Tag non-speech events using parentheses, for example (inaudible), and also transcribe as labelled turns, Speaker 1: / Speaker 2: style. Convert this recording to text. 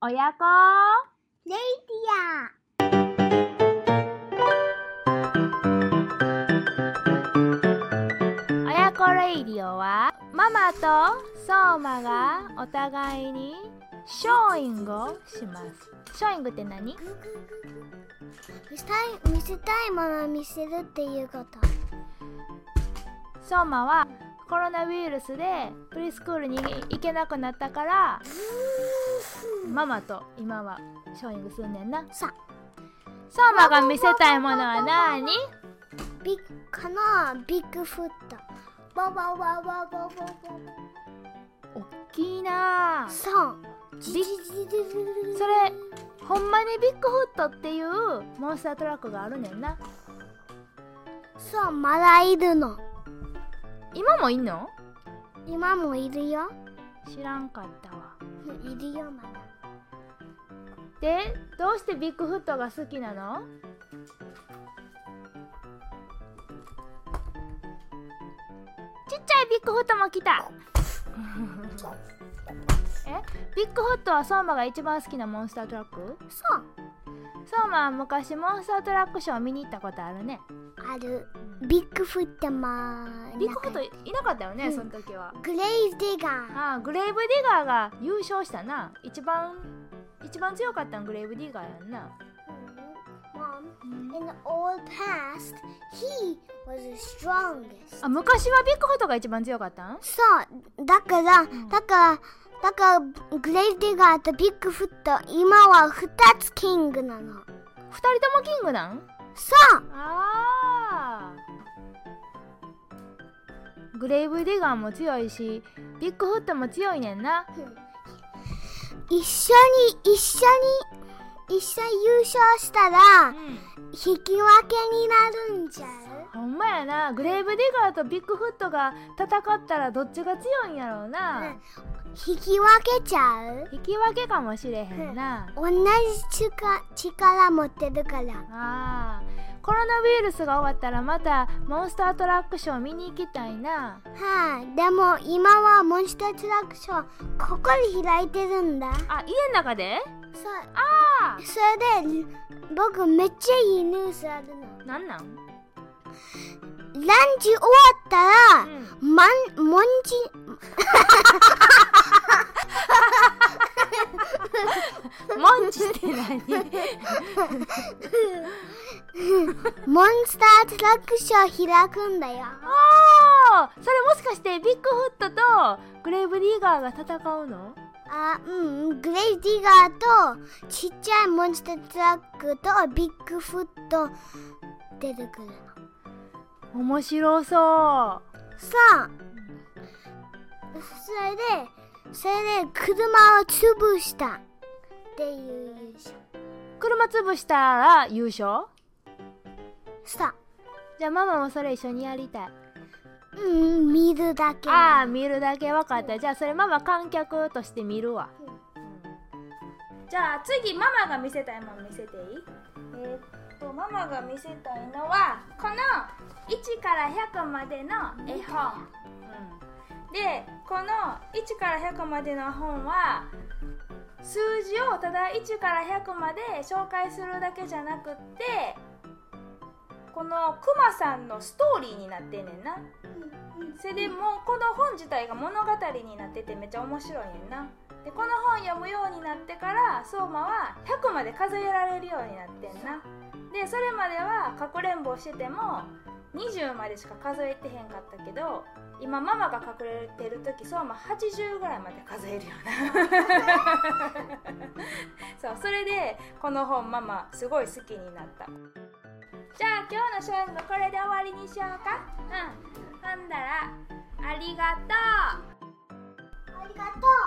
Speaker 1: 親子
Speaker 2: レイ
Speaker 1: 親子レイディオはママとソーマがお互いにショーイングをしますショーイングって何
Speaker 2: ディア見せたい見せたいものを見せるっていうこと
Speaker 1: ソーマはコロナウイルスでプリスクールに行けなくなったからママと今はショーイングすんねんな
Speaker 2: さ
Speaker 1: ソーマが見せたいものは何
Speaker 2: ビッこのビッグフットバババババババ
Speaker 1: おっきいなあ
Speaker 2: バそう
Speaker 1: ビッそれほんまにビッグフットっていうモンスタートラックがあるねんな
Speaker 2: そうまだいるの
Speaker 1: 今もいんの
Speaker 2: 今もいるよ
Speaker 1: 知らんかったわ
Speaker 2: いるよまだ
Speaker 1: でどうしてビッグフットが好きなのちっちゃいビッグフットも来
Speaker 2: (laughs)
Speaker 1: たえビッグフットはソーマが一番好きなモンスタートラック
Speaker 2: そう
Speaker 1: ソーマは昔モンスタートラックショーを見に行ったことあるね
Speaker 2: あるビッグフットま
Speaker 1: ビッグフット
Speaker 2: なんか
Speaker 1: いなかったよね、
Speaker 2: うん
Speaker 1: その時は
Speaker 2: グレイズディガー
Speaker 1: ああグレーブディガーが優勝したな一番一番強かったんグレーブディガーやんな
Speaker 2: Mom, in all past, he was the strongest.
Speaker 1: あ昔はビッグフットが一番強かったん
Speaker 2: そう、だから、だから、だから、グレイディガーとビッグフット、今は二つキングなの。
Speaker 1: 二人ともキングなん
Speaker 2: そう、
Speaker 1: あーグレイブディガーも強いしビッグフットも強いねんな
Speaker 2: 一緒に、一緒に、一緒に優勝したら、引き分けになるんじゃう
Speaker 1: ほんまやなグレイブディガーとビッグフットが戦ったらどっちが強いんやろうな、
Speaker 2: 引き分けちゃう
Speaker 1: 引き分けかもしれへんな、
Speaker 2: 同じ力力持ってるから。
Speaker 1: あーコロナウイルスが終わったらまたモンスタートラックショー見に行きたいな
Speaker 2: はい、でも今はモンスタートラックションここで開いてるんだ
Speaker 1: あ家の中で
Speaker 2: そう
Speaker 1: あ
Speaker 2: それで僕めっちゃいいニュースあるの
Speaker 1: あなんなん、
Speaker 2: ランチ終わった
Speaker 1: う
Speaker 2: ら、
Speaker 1: ん
Speaker 2: まんもんじ
Speaker 1: モンチって何
Speaker 2: モンスタートラックション開くんだよ
Speaker 1: ああそれもしかしてビッグフットとグレーブディガーが戦うの
Speaker 2: あうんグレイディガーとちっちゃいモンスタートラックとビッグフット出てくるの
Speaker 1: 面白そう
Speaker 2: さあそれでそれで車を潰したっていう優勝
Speaker 1: 車潰したら優勝
Speaker 2: さ
Speaker 1: じゃあママもそれ一緒にやりたい
Speaker 2: あうん見るだけ
Speaker 1: ああ見るだけ分かったじゃあそれママ観客として見るわ、
Speaker 2: うん
Speaker 1: じゃあ次ママが見せたいもん見せていいえっとママが見せたいのはこの1から100までの絵本、でこの1から100までの本は数字をただ1から100まで紹介するだけじゃなくってこのクマさんのストーリーになってんねんなそれでもうこの本自体が物語になっててめっちゃ面白いねんなでこの本読むようになってから相馬は100まで数えられるようになってんなでそれまではかくれんぼしてても20までしか数えてへんかったけど今ママが隠れてる時相馬80ぐらいまで数えるよなそうそれでこの本ママすごい好きになったじゃあ今日のショーイングこれで終わりにしようかうんほんだらありがとう
Speaker 2: ありがとう